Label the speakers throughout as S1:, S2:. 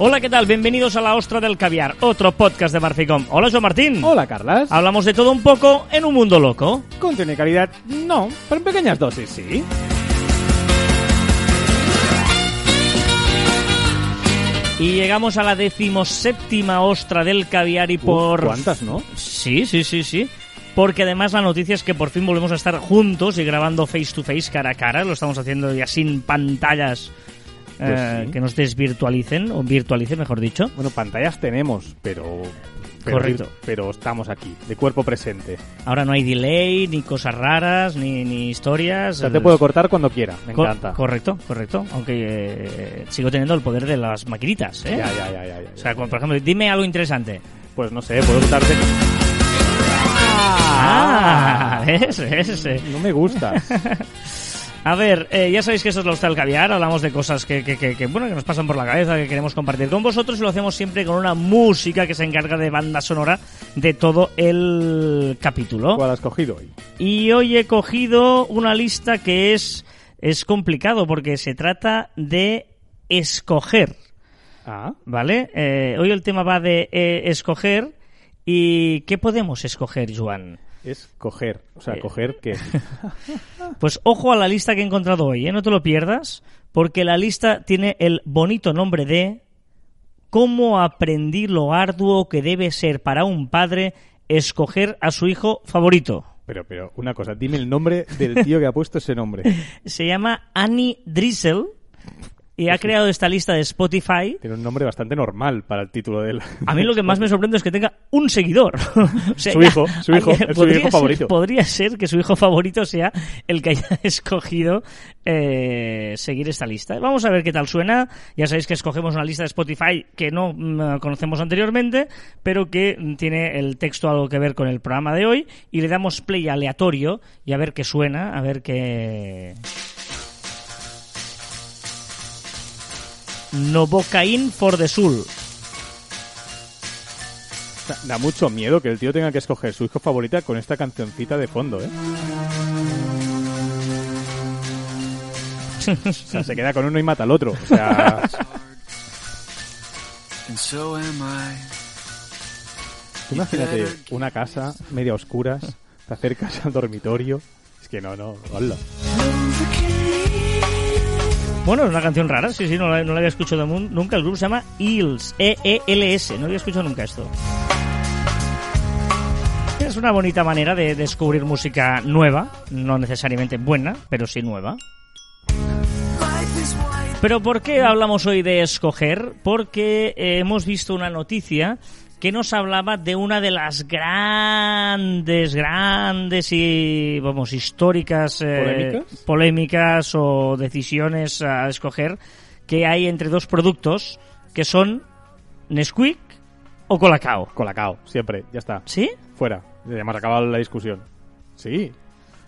S1: Hola, ¿qué tal? Bienvenidos a La Ostra del Caviar, otro podcast de Marficom. Hola, soy Martín.
S2: Hola, Carlas.
S1: Hablamos de todo un poco en un mundo loco.
S2: Contiene calidad, no, pero en pequeñas dosis, sí.
S1: Y llegamos a la decimoséptima Ostra del Caviar y por...
S2: Uf, ¿Cuántas, no?
S1: Sí, sí, sí, sí. Porque además la noticia es que por fin volvemos a estar juntos y grabando face to face, cara a cara. Lo estamos haciendo ya sin pantallas
S2: Pues
S1: eh,
S2: sí.
S1: que nos desvirtualicen, o virtualicen, mejor dicho.
S2: Bueno, pantallas tenemos, pero... pero-
S1: Correcto.
S2: Pero estamos aquí, de cuerpo presente.
S1: Ahora no hay delay, ni cosas raras, ni, ni historias.
S2: O sea, te puedo cortar cuando quiera, me
S1: Co-
S2: encanta.
S1: Correcto, correcto. Aunque eh, sigo teniendo el poder de las maquinitas, ¿eh?
S2: Ya, ya, ya, ya, ya.
S1: O sea, como, por ejemplo, dime algo interesante.
S2: Pues no sé, puedo cortarte...
S1: Ah, ¿ves? ¿ves? Eh,
S2: No me gustas.
S1: A ver, eh, ya sabéis que esto es la Hostal Caviar. Hablamos de cosas que, que- que- que, bueno, que nos pasan por la cabeza, que queremos compartir con vosotros y lo hacemos siempre con una música que se encarga de banda sonora de todo el capítulo.
S2: ¿Cuál has cogido hoy?
S1: Y hoy he cogido una lista que es, es complicado porque se trata de escoger,
S2: Ah,
S1: ¿vale? Eh, hoy el tema va de eh, escoger y ¿qué podemos escoger, Joan?
S2: es coger. O sea,
S1: Eh.
S2: coger que...
S1: Pues ojo a la lista que he encontrado hoy, ¿eh? No te lo pierdas, porque la lista tiene el bonito nombre de ¿Cómo aprendí lo arduo que debe ser para un padre escoger a su hijo favorito?
S2: Pero, pero, una cosa, dime el nombre del tío que ha puesto ese nombre.
S1: se llama Annie Drizzle y ha creado esta lista de Spotify.
S2: Tiene un nombre bastante normal para el título del...
S1: A mí lo que más me sorprende es que tenga un seguidor. O sea,
S2: Su hijo, su hijo, es su
S1: podría
S2: hijo
S1: ser-
S2: favorito.
S1: Podría ser que su hijo favorito sea el que haya escogido eh, seguir esta lista. Vamos a ver qué tal suena. Ya sabéis que escogemos una lista de Spotify que no mm, conocemos anteriormente, pero que mm, tiene el texto algo que ver con el programa de hoy y le damos play aleatorio y a ver qué suena, a ver qué... Novocaín for the Soul.
S2: Da- Da mucho miedo que el tío tenga que escoger su hijo favorita con esta cancioncita de fondo, ¿eh? O sea, se queda con uno y mata al otro. O sea,
S3: And so am I.
S2: tú imagínate una casa media a oscuras, te acercas al dormitorio. Es que no, no, hola.
S1: Bueno, es una canción rara, sí, sí, no la, no la había escuchado mun- nunca. El grupo se llama Eels, E E-E-L-S, no había escuchado nunca esto. Es una bonita manera de descubrir música nueva, no necesariamente buena, pero sí nueva. Pero ¿por qué hablamos hoy de escoger? Porque eh, hemos visto una noticia que nos hablaba de una de las grandes, grandes y, vamos, históricas eh,
S2: ¿Polémicas?
S1: polémicas o decisiones a escoger que hay entre dos productos que son Nesquik o Colacao.
S2: Colacao, siempre, ya está.
S1: ¿Sí?
S2: Fuera. Ya hemos acabado la discusión. Sí,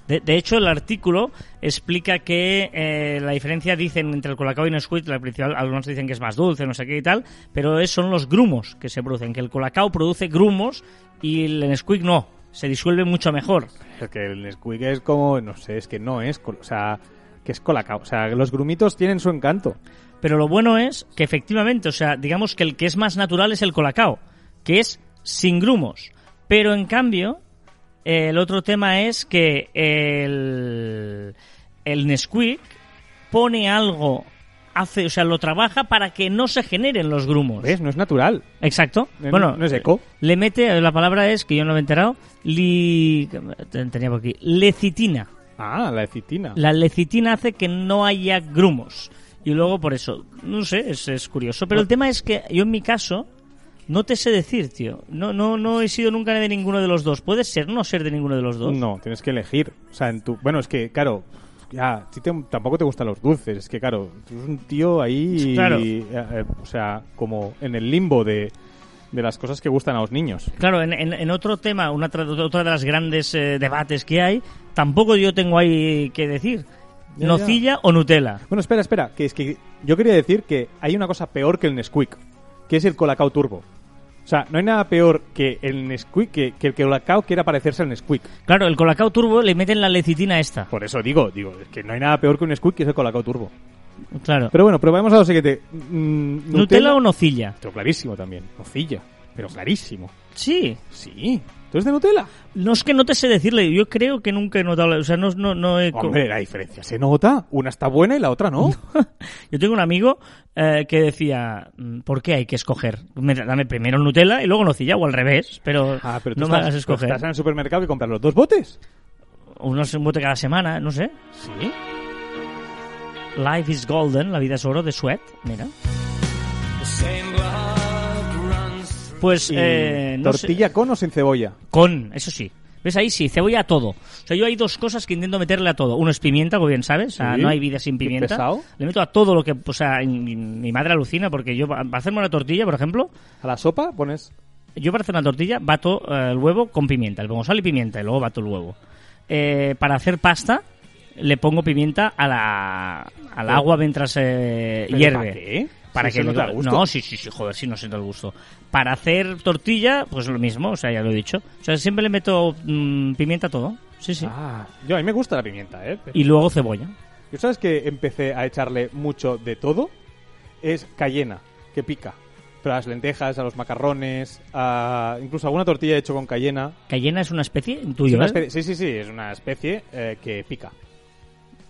S1: De, de hecho, el artículo explica que eh, la diferencia, dicen, entre el colacao y Nesquik, la principal, algunos dicen que es más dulce, no sé qué y tal, pero es- son los grumos que se producen, que el colacao produce grumos y el Nesquik no, se disuelve mucho mejor.
S2: Es que el Nesquik es como, no sé, es que no es, col- o sea, que es colacao. O sea, los grumitos tienen su encanto.
S1: Pero lo bueno es que efectivamente, o sea, digamos que el que es más natural es el colacao, que es sin grumos. Pero en cambio, eh, el otro tema es que el, el Nesquik pone algo, hace, o sea, lo trabaja para que no se generen los grumos.
S2: ¿Ves? No es natural.
S1: Exacto.
S2: No-
S1: bueno,
S2: no es eco.
S1: Le mete, la palabra es, que yo no me he enterado, li, tenía por aquí, lecitina.
S2: Ah, la ecitina.
S1: La lecitina hace que no haya grumos. Y luego por eso, no sé, es, es curioso. Pero el tema es que yo en mi caso No te sé decir, tío. No, no, no he sido nunca de ninguno de los dos. ¿Puedes ser no ser de ninguno de los dos?
S2: No, tienes que elegir. O sea, en tu... Bueno, es que, claro, ya, si te- tampoco te gustan los dulces. Es que, claro, tú eres un tío ahí,
S1: Claro.
S2: eh, eh, o sea, como en el limbo de, de las cosas que gustan a los niños.
S1: Claro, en, en- en otro tema, una tra- otra de las grandes eh, debates que hay, tampoco yo tengo ahí que decir.
S2: Ya,
S1: ¿Nocilla o Nutella?
S2: Bueno, espera, espera, que es que yo quería decir que hay una cosa peor que el Nesquik, que es el Colacao Turbo. O sea, no hay nada peor que el Nesquik, que, que el Colacao quiera parecerse al Nesquik.
S1: Claro, el Colacao Turbo le meten la lecitina esta.
S2: Por eso digo, digo, es que no hay nada peor que un Nesquik, que es el Colacao Turbo.
S1: Claro.
S2: Pero bueno, probemos a lo siguiente. Mm,
S1: ¿Nutella, o nocilla?
S2: Pero clarísimo también. Nocilla. Pero clarísimo.
S1: Sí.
S2: Sí. ¿Tú eres de Nutella?
S1: No es que no te sé decirle, yo creo que nunca he notado, la- o sea, no, no, no he... co-
S2: Hombre, la diferencia se nota. Una está buena y la otra no.
S1: Yo tengo un amigo eh, que decía, mm, ¿por qué hay que escoger? Me- Dame primero Nutella y luego nocilla, o al revés, pero,
S2: Ah, pero tú
S1: no me
S2: estás,
S1: hagas
S2: tú
S1: escoger.
S2: estás en el supermercado y compras los dos botes.
S1: Uno se bote cada semana, no sé.
S2: Sí.
S1: Life is golden, la vida es oro, de Sweat, mira. Pues,
S2: Y
S1: eh, no sé.
S2: tortilla con o sin cebolla.
S1: Con, eso sí. ¿Ves ahí? Sí, cebolla a todo. O sea, yo hay dos cosas que intento meterle a todo. Uno es pimienta, como bien sabes. O sea,
S2: Sí.
S1: no hay vida sin
S2: Qué
S1: pimienta.
S2: pesado.
S1: Le meto a todo lo que... O sea, y- y mi madre alucina porque yo... Para hacerme una tortilla, por ejemplo,
S2: A la sopa pones...
S1: yo para hacer una tortilla bato eh, el huevo con pimienta. Le pongo sal y pimienta y luego bato el huevo. Eh, para hacer pasta, le pongo pimienta a la, al
S2: Pero-
S1: agua mientras eh,
S2: ¿Pero
S1: hierve.
S2: ¿Para qué?
S1: Para
S2: Si
S1: que
S2: eso no te
S1: digo-
S2: da gusto.
S1: No, sí, sí, sí, joder, sí, no siento el gusto. Para hacer tortilla, pues lo mismo, o sea, ya lo he dicho. O sea, siempre le meto mm, pimienta a todo. Sí, sí.
S2: Ah, yo, a mí me gusta la pimienta, ¿eh? Pero-
S1: Y luego cebolla.
S2: Yo sabes que empecé a echarle mucho de todo. Es cayena, que pica. Pero a las lentejas, a los macarrones, a incluso alguna tortilla he hecho con cayena.
S1: Cayena es una especie
S2: Es
S1: tuyo,
S2: una
S1: ¿eh?
S2: espe- Sí, sí, sí, es una especie eh, que pica.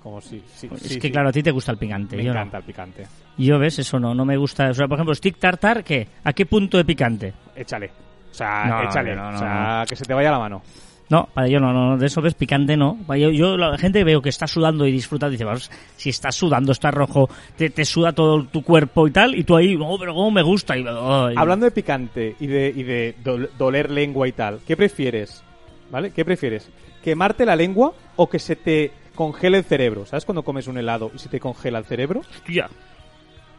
S2: Como si... sí,
S1: Es
S2: sí,
S1: que
S2: sí.
S1: claro, a ti te gusta el picante.
S2: Me
S1: yo no.
S2: encanta el picante.
S1: Yo ves eso no, no me gusta. O sea, por ejemplo, stick tartar, ¿qué? ¿A qué punto de picante?
S2: Échale. O sea,
S1: No,
S2: échale.
S1: no, no,
S2: o sea, que se te vaya la mano.
S1: No, para yo no, no, de eso ves picante no. Para Yo, yo la gente que veo que está sudando y disfrutando dice, vamos, si estás sudando, está rojo, te, te suda todo tu cuerpo y tal, y tú ahí, oh, pero cómo me gusta. Y, oh, y-
S2: Hablando de picante y de, y de dol- doler lengua y tal, ¿qué prefieres? ¿Vale? ¿Qué prefieres? ¿Quemarte la lengua o que se te congele el cerebro? ¿Sabes cuando comes un helado y se te congela el cerebro?
S1: Hostia,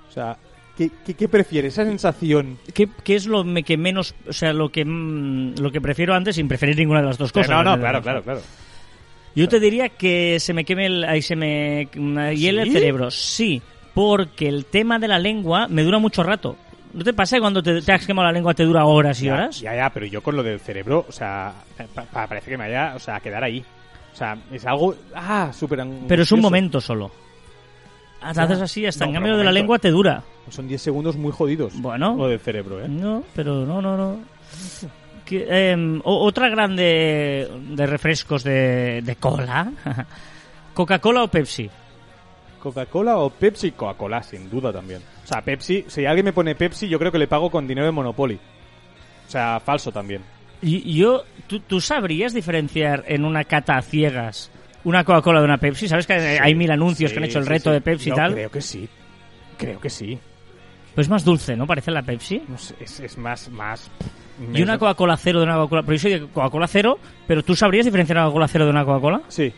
S2: O sea, ¿qué, qué, qué prefieres? Esa sensación.
S1: ¿Qué, qué es lo me- que menos, o sea, lo que mm, lo que prefiero antes sin preferir ninguna de las dos cosas?
S2: Eh, no, no,
S1: obviamente,
S2: claro,
S1: o sea.
S2: claro, claro.
S1: Yo te diría que se me queme el, ahí se me hiele el
S2: ¿Sí?
S1: cerebro, sí, porque el tema de la lengua me dura mucho rato. ¿No te pasa que cuando te, te has quemado la lengua te dura horas y
S2: Ya,
S1: horas?
S2: Ya, ya, pero yo con lo del cerebro, o sea, pa- pa- parece que me vaya, o sea, a quedar ahí. O sea, es algo, ah, súper angustioso.
S1: Pero es un momento solo. Ah, te
S2: Ya.
S1: haces así, hasta
S2: No,
S1: en
S2: pero
S1: cambio de la
S2: momento.
S1: lengua te dura.
S2: Son 10 segundos muy jodidos.
S1: Bueno.
S2: Lo del cerebro, ¿eh?
S1: No, pero no, no, no. Que, em, o- otra grande de refrescos de, de cola. ¿Coca-Cola o Pepsi?
S2: ¿Coca-Cola o Pepsi? Coca-Cola, sin duda también. O sea, Pepsi, si alguien me pone Pepsi, yo creo que le pago con dinero de Monopoly. O sea, falso también.
S1: Y- Yo, ¿tú, tú sabrías diferenciar en una cata a ciegas una Coca-Cola de una Pepsi? ¿Sabes que Eh, hay- hay mil anuncios que han hecho el reto de Pepsi y tal?
S2: Creo que sí. Creo que sí.
S1: Pues es más dulce, ¿no? Parece la Pepsi.
S2: No sé, es, es más, más.
S1: Y una Coca-Cola cero de una Coca-Cola. Pero yo soy de Coca-Cola cero, pero ¿tú sabrías diferenciar una Coca-Cola cero de una Coca-Cola?
S2: Sí.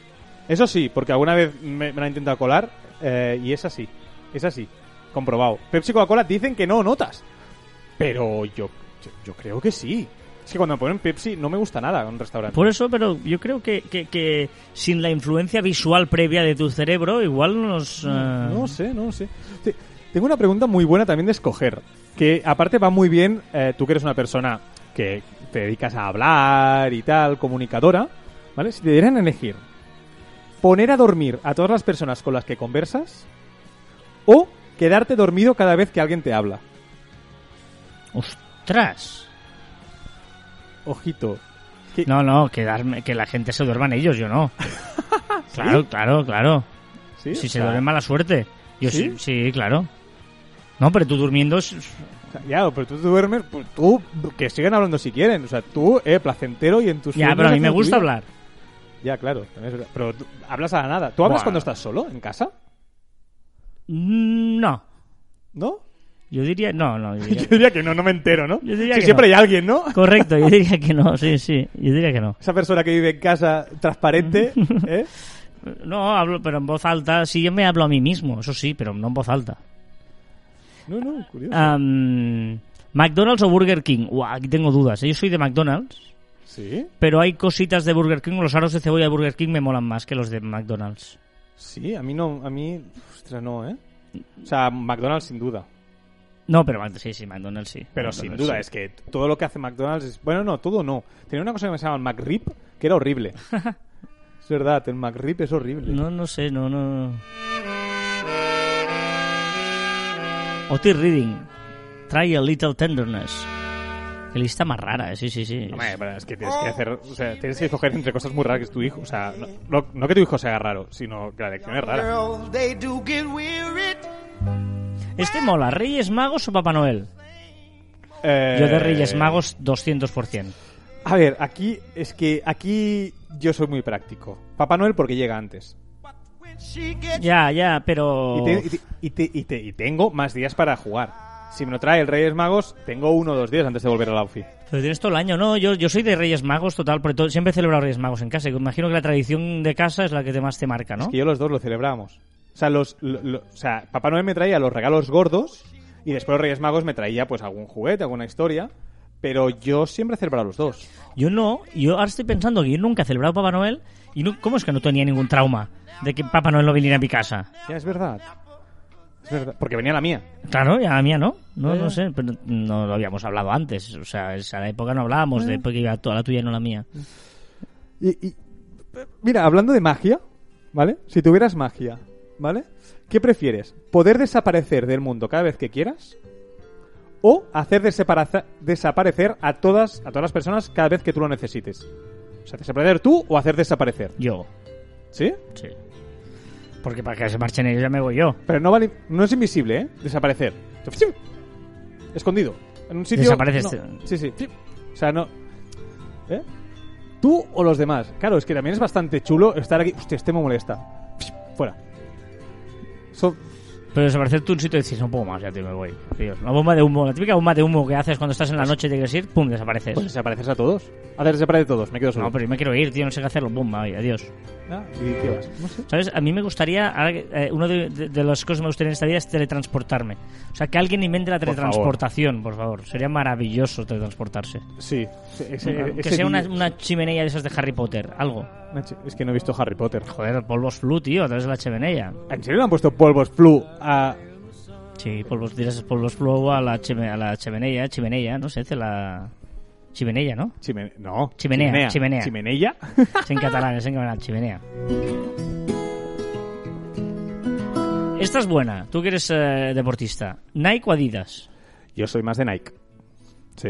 S2: Eso sí, porque alguna vez me, me la han intentado colar eh, y es así. Es así. Comprobado. Pepsi y Coca-Cola dicen que no notas. Pero yo, yo, yo creo que sí. Es que cuando me ponen Pepsi no me gusta nada en un restaurante.
S1: Por eso, pero yo creo que, que- que sin la influencia visual previa de tu cerebro, igual nos... eh,
S2: No sé, no sé. Te- Tengo una pregunta muy buena también de escoger, que aparte va muy bien, eh, tú que eres una persona que te dedicas a hablar y tal, comunicadora, ¿vale? Si te dieran a elegir poner a dormir a todas las personas con las que conversas o quedarte dormido cada vez que alguien te habla.
S1: ¡Ostras!
S2: Ojito. Que-
S1: No, no, quedarme, que la gente se duerman ellos, yo no. Claro, claro, claro.
S2: ¿sí?
S1: Si se
S2: O sea,
S1: duerme mala suerte. Yo
S2: ¿Sí?
S1: sí, sí, claro. No, pero tú durmiendo es-
S2: o sea, Ya, pero tú te duermes, pues tú, que sigan hablando si quieren. O sea, tú, eh, placentero y en tus
S1: Ya,
S2: sueños
S1: pero a mí
S2: haces
S1: me
S2: tu
S1: gusta
S2: vida.
S1: hablar.
S2: Ya, claro, también es verdad. Pero tú- hablas a la nada. ¿Tú hablas
S1: Buah.
S2: cuando estás solo en casa?
S1: Mm, No.
S2: ¿No?
S1: Yo diría, no, no, yo diría-
S2: Yo diría que no, no me entero, ¿no?
S1: Yo diría
S2: Si
S1: que
S2: siempre
S1: no.
S2: hay alguien, ¿no?
S1: Correcto, yo diría que no, sí, sí, yo diría que no.
S2: Esa persona que vive en casa transparente, ¿eh?
S1: No, hablo, pero en voz alta, sí, yo me hablo a mí mismo, eso sí, pero no en voz alta.
S2: No, no, curioso.
S1: Am, Em, ¿McDonald's o Burger King? Buah, aquí tengo dudas, ¿eh? yo soy de McDonald's,
S2: Sí,
S1: pero hay cositas de Burger King, los aros de cebolla de Burger King me molan más que los de McDonald's.
S2: sí, a mí no, a mí, ostras, no, ¿eh? O sea, McDonald's sin duda.
S1: No, pero Mac- sí, sí, McDonald's sí.
S2: Pero
S1: McDonald's,
S2: sin duda,
S1: sí.
S2: es que todo lo que hace McDonald's es... Bueno, no, todo no. Tenía una cosa que me llamaba el McRib, que era horrible. es verdad, el McRib es horrible.
S1: No, no sé, no, no. no. Otis Reading. Try a little tenderness. Qué lista más rara, eh, sí, sí, sí.
S2: Hombre, pero es que tienes que hacer... O sea, tienes que escoger entre cosas muy raras que es tu hijo. O sea, no, no- no que tu hijo sea raro, sino que la elección es rara.
S3: Girls, they do get weary.
S1: Este mola, ¿Reyes Magos o Papá Noel?
S2: Eh,
S1: Yo de Reyes Magos 200%.
S2: A ver, aquí... Es que aquí yo soy muy práctico. Papá Noel porque llega antes.
S3: When she gets
S1: Ya, ya, pero...
S2: Y, te- y te- y te- y te- y tengo más días para jugar. Si me lo trae el Reyes Magos, tengo uno o dos días antes de volver a la UFI.
S1: Pero tienes todo el año, ¿no? Yo, yo soy de Reyes Magos total, porque todo- siempre he celebrado Reyes Magos en casa. y Imagino que la tradición de casa es la que te más te marca, ¿no?
S2: que yo los dos lo celebramos. O sea, los, lo- lo- o sea, Papá Noel me traía los regalos gordos y después los Reyes Magos me traía pues algún juguete, alguna historia. Pero yo siempre he celebrado los dos.
S1: Yo no, yo ahora estoy pensando que yo nunca he celebrado Papá Noel y no, ¿cómo es que no tenía ningún trauma de que Papá Noel no viniera a mi casa?
S2: Ya, es verdad. Es verdad. Porque venía la mía.
S1: Claro, ya la mía no, no,
S2: Ya, ya.
S1: no sé, pero no lo habíamos hablado antes, o sea, esa la época no hablábamos de porque iba toda la tuya y no la mía.
S2: Y, y- mira, hablando de magia, ¿vale? Si tuvieras magia, ¿vale? ¿Qué prefieres? ¿Poder desaparecer del mundo cada vez que quieras? ¿O hacer deseparaza- desaparecer a todas, a todas las personas cada vez que tú lo necesites? O sea, desaparecer tú o hacer desaparecer.
S1: Yo,
S2: ¿Sí?
S1: sí. Porque para que se marchen ellos ya me voy yo.
S2: Pero no vale, no es invisible, ¿eh? Desaparecer. Escondido. En un sitio.
S1: Desapareces.
S2: no. Sí, sí. O sea, no. ¿Eh? ¿Tú o los demás? Claro, es que también es bastante chulo estar aquí. Hostia, este me molesta. Fuera. So-
S1: Pero desaparecer tú un sitio y dices, no puedo más, ya tío, me voy. Tío, una bomba de humo, la típica bomba de humo que haces cuando estás en la noche y te quieres ir, pum, desapareces.
S2: pues desapareces a todos. Hacer desaparecer a todos, me quedo solo.
S1: no, pero yo me quiero ir, tío, no sé qué hacerlo, bomba, adiós.
S2: Ah, ¿Y qué vas? No sé.
S1: ¿Sabes? A mí me gustaría, ahora que, eh, una de, de- de las cosas que me gustaría en esta vida es teletransportarme. O sea, que alguien invente la
S2: favor.
S1: teletransportación, por favor. Sería maravilloso teletransportarse.
S2: Sí. sí, ese-
S1: que
S2: ese
S1: sea una,
S2: tío-
S1: una chimenea de esas de Harry Potter, algo.
S2: Nacho, Es que no he visto Harry Potter.
S1: Joder, polvos flu, tío, a través de la chimenea.
S2: ¿En serio le han puesto polvos flu a.
S1: Sí, polvos, dirás polvos flu a la, chime- a la chimenea, chimenea, no sé, de la... Chimenea, ¿no?
S2: Chimene- No.
S1: Chimenea, chimenea.
S2: Chimenea. Chimenea.
S1: Es en catalán, es en catalán, chimenea. Esta es buena, tú que eres eh, deportista. Nike o Adidas.
S2: Yo soy más de Nike. Sí.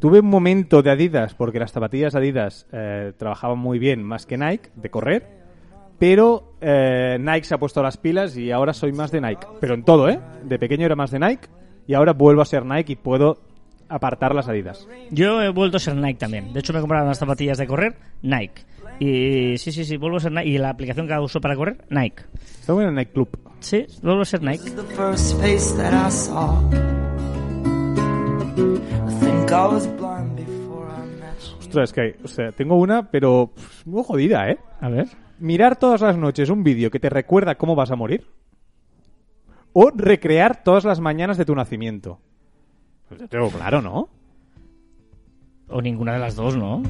S2: Tuve un momento de Adidas, porque las zapatillas Adidas eh, trabajaban muy bien más que Nike, de correr. Pero eh, Nike se ha puesto las pilas y ahora soy más de Nike. Pero en todo, ¿eh? De pequeño era más de Nike y ahora vuelvo a ser Nike y puedo apartar las Adidas.
S1: Yo he vuelto a ser Nike también. De hecho, me he comprado unas zapatillas de correr, Nike. Y sí, sí, sí, vuelvo a ser Nike. Y la aplicación que uso para correr, Nike.
S2: Estamos en el Nike Club.
S1: Sí, vuelvo a ser Nike.
S4: The first face that I saw. I think I was blind before I met you.
S2: Ostras, es que, o sea, tengo una, pero pff, muy jodida, ¿eh?
S1: A ver.
S2: Mirar todas las noches un vídeo que te recuerda cómo vas a morir. O recrear todas las mañanas de tu nacimiento. Pues ya tengo claro, ¿no?
S1: O ninguna de las dos, ¿no?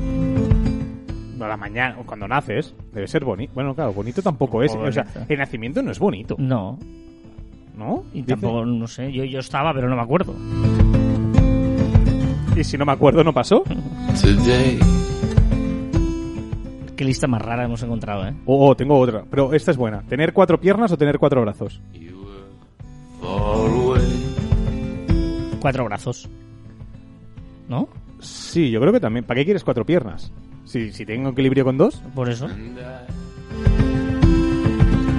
S2: No, la mañana, o cuando naces, debe ser bonito. Bueno, claro, bonito tampoco es.
S1: Tampoco
S2: O sea,
S1: bonito.
S2: el nacimiento no es bonito,
S1: No.
S2: ¿no?
S1: Y
S2: Dice-
S1: tampoco, no sé. Yo, yo estaba, pero no me acuerdo.
S2: Y si no me acuerdo, no pasó.
S5: today.
S1: Qué lista más rara hemos encontrado, ¿eh?
S2: O o tengo otra, pero esta es buena. ¿Tener cuatro piernas o tener cuatro brazos?
S5: You were far away.
S1: Cuatro brazos. ¿No?
S2: Sí, yo creo que también. ¿Para qué quieres cuatro piernas? Si, si tengo equilibrio con dos.
S1: Por eso. A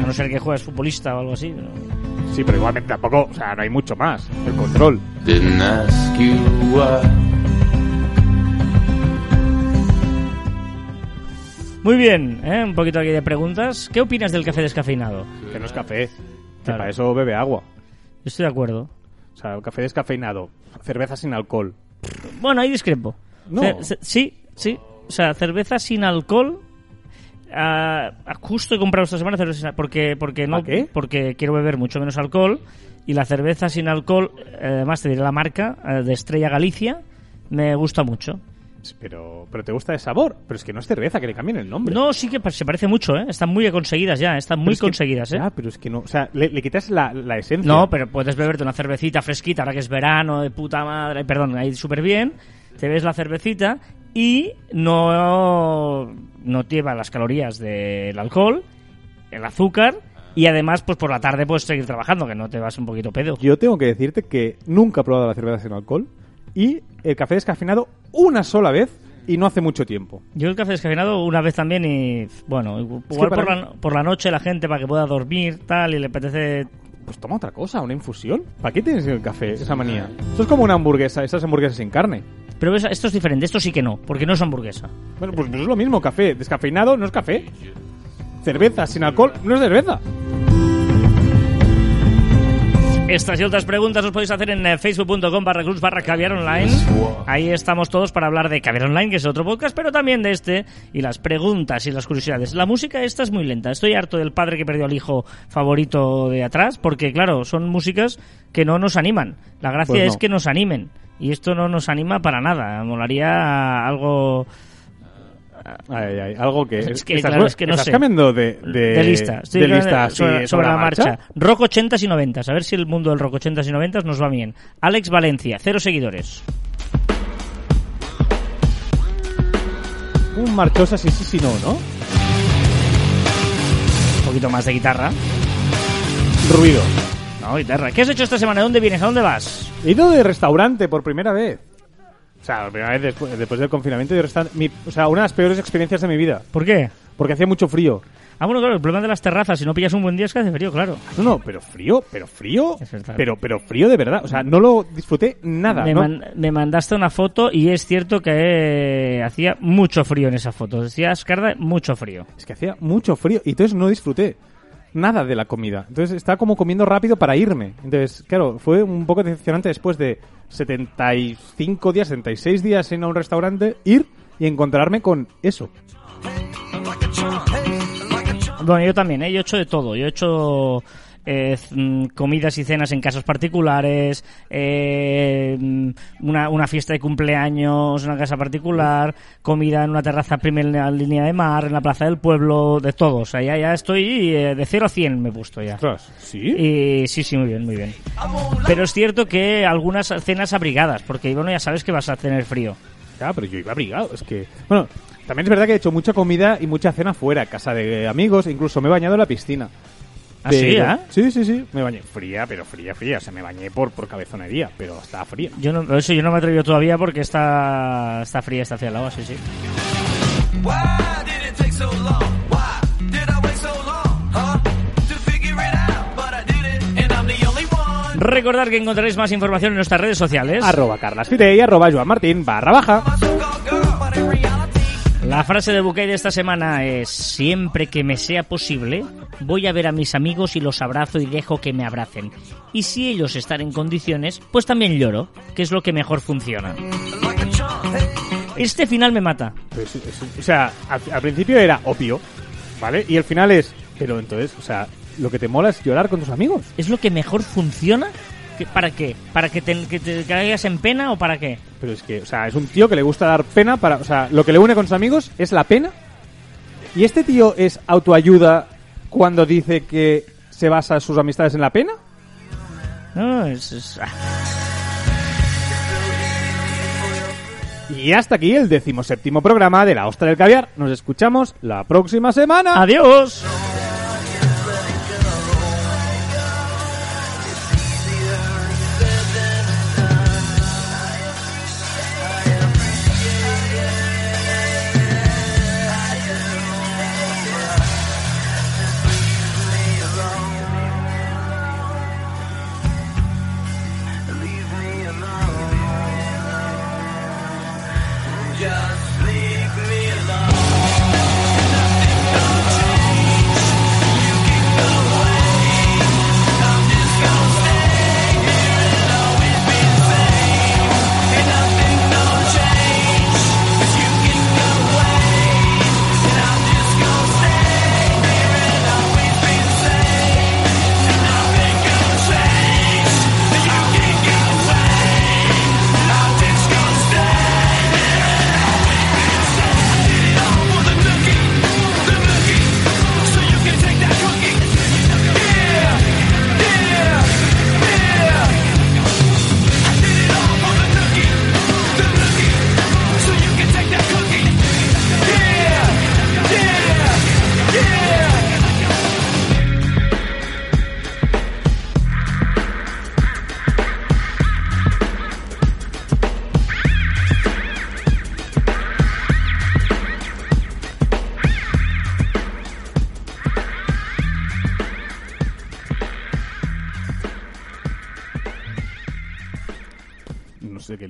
S1: no ser que juegues futbolista o algo así. pero-
S2: Sí, pero igualmente tampoco. O sea, no hay mucho más. El control.
S5: Didn't ask you why.
S1: Muy bien, ¿eh? Un poquito aquí de preguntas. ¿Qué opinas del café descafeinado?
S2: Que no es café. Que
S1: Claro.
S2: para eso bebe agua.
S1: Estoy de acuerdo.
S2: O sea, café descafeinado, cerveza sin alcohol.
S1: Bueno, ahí discrepo.
S2: No.
S1: Ce- ce- sí, sí. O sea, cerveza sin alcohol. ah, ah, justo he comprado esta semana cerveza sin alcohol. Porque, porque no,
S2: ¿Pa qué?
S1: porque quiero beber mucho menos alcohol. Y la cerveza sin alcohol, eh, además te diré la marca, eh, de Estrella Galicia, me gusta mucho.
S2: Pero, pero te gusta de sabor. Pero es que no es cerveza, que le cambien el nombre.
S1: No, sí que pa- se parece mucho, ¿eh? Están muy conseguidas ya, están
S2: Pero
S1: muy
S2: es que-
S1: conseguidas, ¿eh?
S2: Ya, pero es que no. O sea, le, le quitas la, la esencia.
S1: No, pero puedes beberte una cervecita fresquita ahora que es verano, de puta madre, perdón, ahí súper bien. Te ves la cervecita y no, no lleva las calorías del alcohol, el azúcar y además, pues por la tarde puedes seguir trabajando, que no te vas un poquito pedo.
S2: Yo tengo que decirte que nunca he probado la cerveza sin alcohol y el café descafeinado una sola vez y no hace mucho tiempo.
S1: Yo el café descafeinado una vez también y bueno, igual
S2: para
S1: por, la, por la noche la gente para que pueda dormir, tal, y le apetece...
S2: Pues toma otra cosa, una infusión. ¿Para qué tienes el café, esa manía? Esto es como una hamburguesa, esas hamburguesas sin carne.
S1: Pero ves, esto es diferente, esto sí que no, porque no es hamburguesa.
S2: Bueno, pues, pues es lo mismo, café descafeinado no es café. Cerveza sin alcohol no es cerveza.
S1: Estas y otras preguntas os podéis hacer en eh, facebook.com barra cruz barra caviar online. Ahí estamos todos para hablar de caviar online, que es otro podcast, pero también de este y las preguntas y las curiosidades. La música esta es muy lenta. Estoy harto del padre que perdió al hijo favorito de atrás, porque claro, son músicas que no nos animan. La gracia
S2: Pues no.
S1: es que nos animen. Y esto no nos anima para nada. Molaría algo...
S2: Ay, ay, ay, algo que.
S1: Es que,
S2: estás,
S1: claro, es que no
S2: estás
S1: sé.
S2: cambiando de, de,
S1: de, lista. Estoy
S2: de
S1: hablando
S2: lista
S1: de-
S2: así,
S1: sobre,
S2: sobre,
S1: sobre
S2: la marcha.
S1: Rock 80 y 90. A ver si el mundo del rock 80 y 90 nos va bien. Alex Valencia, cero seguidores.
S2: Un marchosa sí, sí, sí, no, ¿no?
S1: Un poquito más de guitarra.
S2: Ruido.
S1: No, guitarra. ¿Qué has hecho esta semana? ¿De ¿Dónde vienes? ¿A dónde vas?
S2: He ido de restaurante por primera vez. O sea, la primera vez después, después del confinamiento de restaurante. Mi- o sea, una de las peores experiencias de mi vida.
S1: ¿Por qué?
S2: Porque hacía mucho frío.
S1: Ah, bueno, claro, el problema de las terrazas. Si no pillas un buen día es que hace frío, claro.
S2: No, no, pero frío, pero frío.
S1: Es verdad.
S2: Pero, pero frío de verdad. O sea, no lo disfruté nada.
S1: me,
S2: ¿no?
S1: man- me mandaste una foto y es cierto que eh, hacía mucho frío en esa foto. Decía Ascarda, mucho frío.
S2: Es que hacía mucho frío y entonces no disfruté nada de la comida. Entonces estaba como comiendo rápido para irme. Entonces, claro, fue un poco decepcionante después de 75 días, 76 días en un restaurante, ir y encontrarme con eso.
S1: Bueno, yo también, ¿eh? Yo he hecho de todo. Yo he hecho eh, c- mm, comidas y cenas en casas particulares, eh, mm, una, una fiesta de cumpleaños en una casa particular, comida en una terraza primera línea de mar, en la plaza del pueblo, de todo. O sea, ya, ya estoy eh, de 0 a 100 me he puesto ya.
S2: ¿sí?
S1: Y sí, sí, muy bien, muy bien. Pero es cierto que algunas cenas abrigadas, porque bueno, ya sabes que vas a tener frío.
S2: Ya, pero yo iba abrigado. Es que, bueno, también es verdad que he hecho mucha comida y mucha cena fuera, casa de amigos, incluso me he bañado en la piscina.
S1: Así,
S2: Pero-
S1: ¿eh?
S2: ¿Ah, Sí, sí, sí. Me bañé fría, pero fría, fría. O sea, me bañé por, por cabezonería, pero estaba fría.
S1: Yo no, pero eso yo no me he atrevido todavía porque está, está fría, está hacia el agua, sí, sí.
S4: Why did it take so long? Why did I wait so long? Huh? To figure it out, but I did it, and I'm the only one.
S1: Recordad que encontraréis más información en nuestras redes sociales.
S2: Arroba Carlas Pirey, arroba Joan Martín, barra baja.
S4: My so-called girl, but in reality,
S1: La frase de Bouquet de esta semana es siempre que me sea posible voy a ver a mis amigos y los abrazo y dejo que me abracen. Y si ellos están en condiciones, pues también lloro, que es lo que mejor funciona.
S4: like a chunk. Hey,
S1: Este final me mata.
S2: Pues, es- o sea, al, al principio era opio, ¿vale? Y el final es. Pero entonces, o sea, lo que te mola es llorar con tus amigos.
S1: ¿Es lo que mejor funciona? ¿Qué- ¿Para qué? ¿Para que te, que te caigas en pena o para qué?
S2: Pero es que, o sea, es un tío que le gusta dar pena para. O sea, lo que le une con sus amigos es la pena. ¿Y este tío es autoayuda cuando dice que se basa sus amistades en la pena?
S1: No, es- es- ah.
S2: Y hasta aquí el decimoséptimo programa de La Ostra del Caviar. Nos escuchamos la próxima semana.
S1: ¡Adiós!
S4: Just leave me alone. Nothing's gonna change.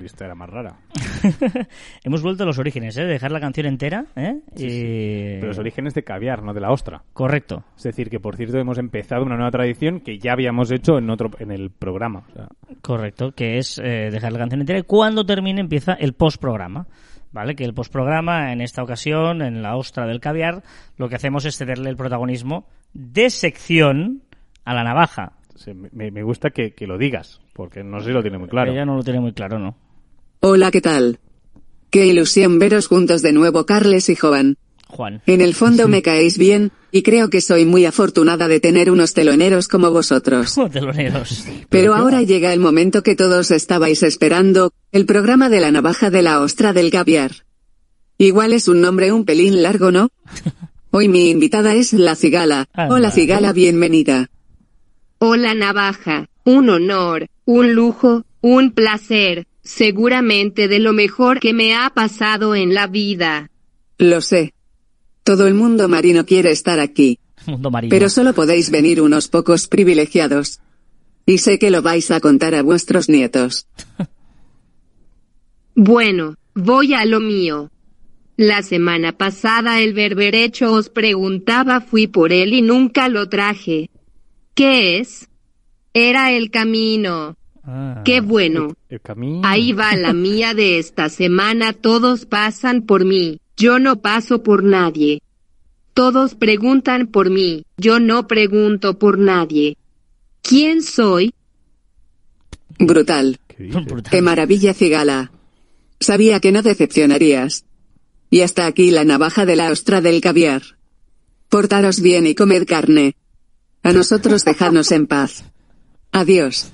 S2: Esta era más rara.
S1: Eh. Hemos vuelto a los orígenes, ¿eh? De dejar la canción entera, ¿eh? y...
S2: Pero los orígenes de caviar, no de la ostra.
S1: Correcto.
S2: Es decir, que por cierto hemos empezado una nueva tradición que ya habíamos hecho en otro en el programa. O sea,
S1: Correcto, que es eh, dejar la canción entera y cuando termine empieza el postprograma. ¿Vale? Que el postprograma, en esta ocasión, en la ostra del caviar, lo que hacemos es cederle el protagonismo de sección a la navaja.
S2: se- me, me gusta que, que lo digas, porque no sé si lo tiene muy claro.
S1: Ella no lo tiene muy claro, ¿no?
S6: Hola, ¿qué tal? Qué ilusión veros juntos de nuevo, Carles y Jovan.
S1: Juan.
S6: En el fondo me caéis bien, y creo que soy muy afortunada de tener unos teloneros como vosotros.
S1: Como teloneros.
S6: Pero ahora llega el momento que todos estabais esperando, el programa de la navaja de la ostra del gaviar. Igual es un nombre un pelín largo, ¿no? Hoy mi invitada es la cigala. Hola cigala, bienvenida.
S7: Hola navaja, un honor, un lujo, un placer, seguramente de lo mejor que me ha pasado en la vida.
S6: Lo sé. Todo el mundo marino quiere estar aquí,
S1: Mundo marino.
S6: pero solo podéis venir unos pocos privilegiados. Y sé que lo vais a contar a vuestros nietos.
S7: Bueno, voy a lo mío. La semana pasada el berberecho os preguntaba fui por él y nunca lo traje. ¿Qué es? Era el camino.
S1: Ah.
S7: Qué bueno.
S2: El camino.
S7: Ahí va la mía de esta semana. Todos pasan por mí. Yo no paso por nadie. Todos preguntan por mí. Yo no pregunto por nadie. ¿Quién soy?
S6: Brutal.
S2: ¿Qué dices?
S1: Brutal.
S6: Qué maravilla, Cigala. Sabía que no decepcionarías. Y hasta aquí la navaja de la ostra del caviar. Portaros bien y comed carne. A nosotros dejadnos en paz. Adiós.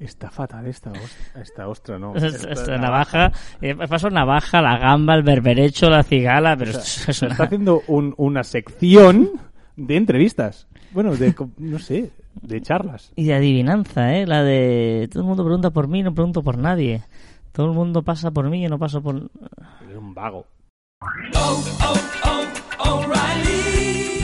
S2: Está fatal esta ostra. Esta ostra no.
S1: Esta, esta navaja, eh, pasó navaja, la gamba, el berberecho, la cigala, pero esto es
S2: Está
S1: una...
S2: haciendo un- una sección de entrevistas. Bueno, de, co- no sé, de charlas.
S1: Y de adivinanza, ¿eh? La de todo el mundo pregunta por mí, no pregunto por nadie. Todo el mundo pasa por mí, yo no paso por...
S2: Es un vago.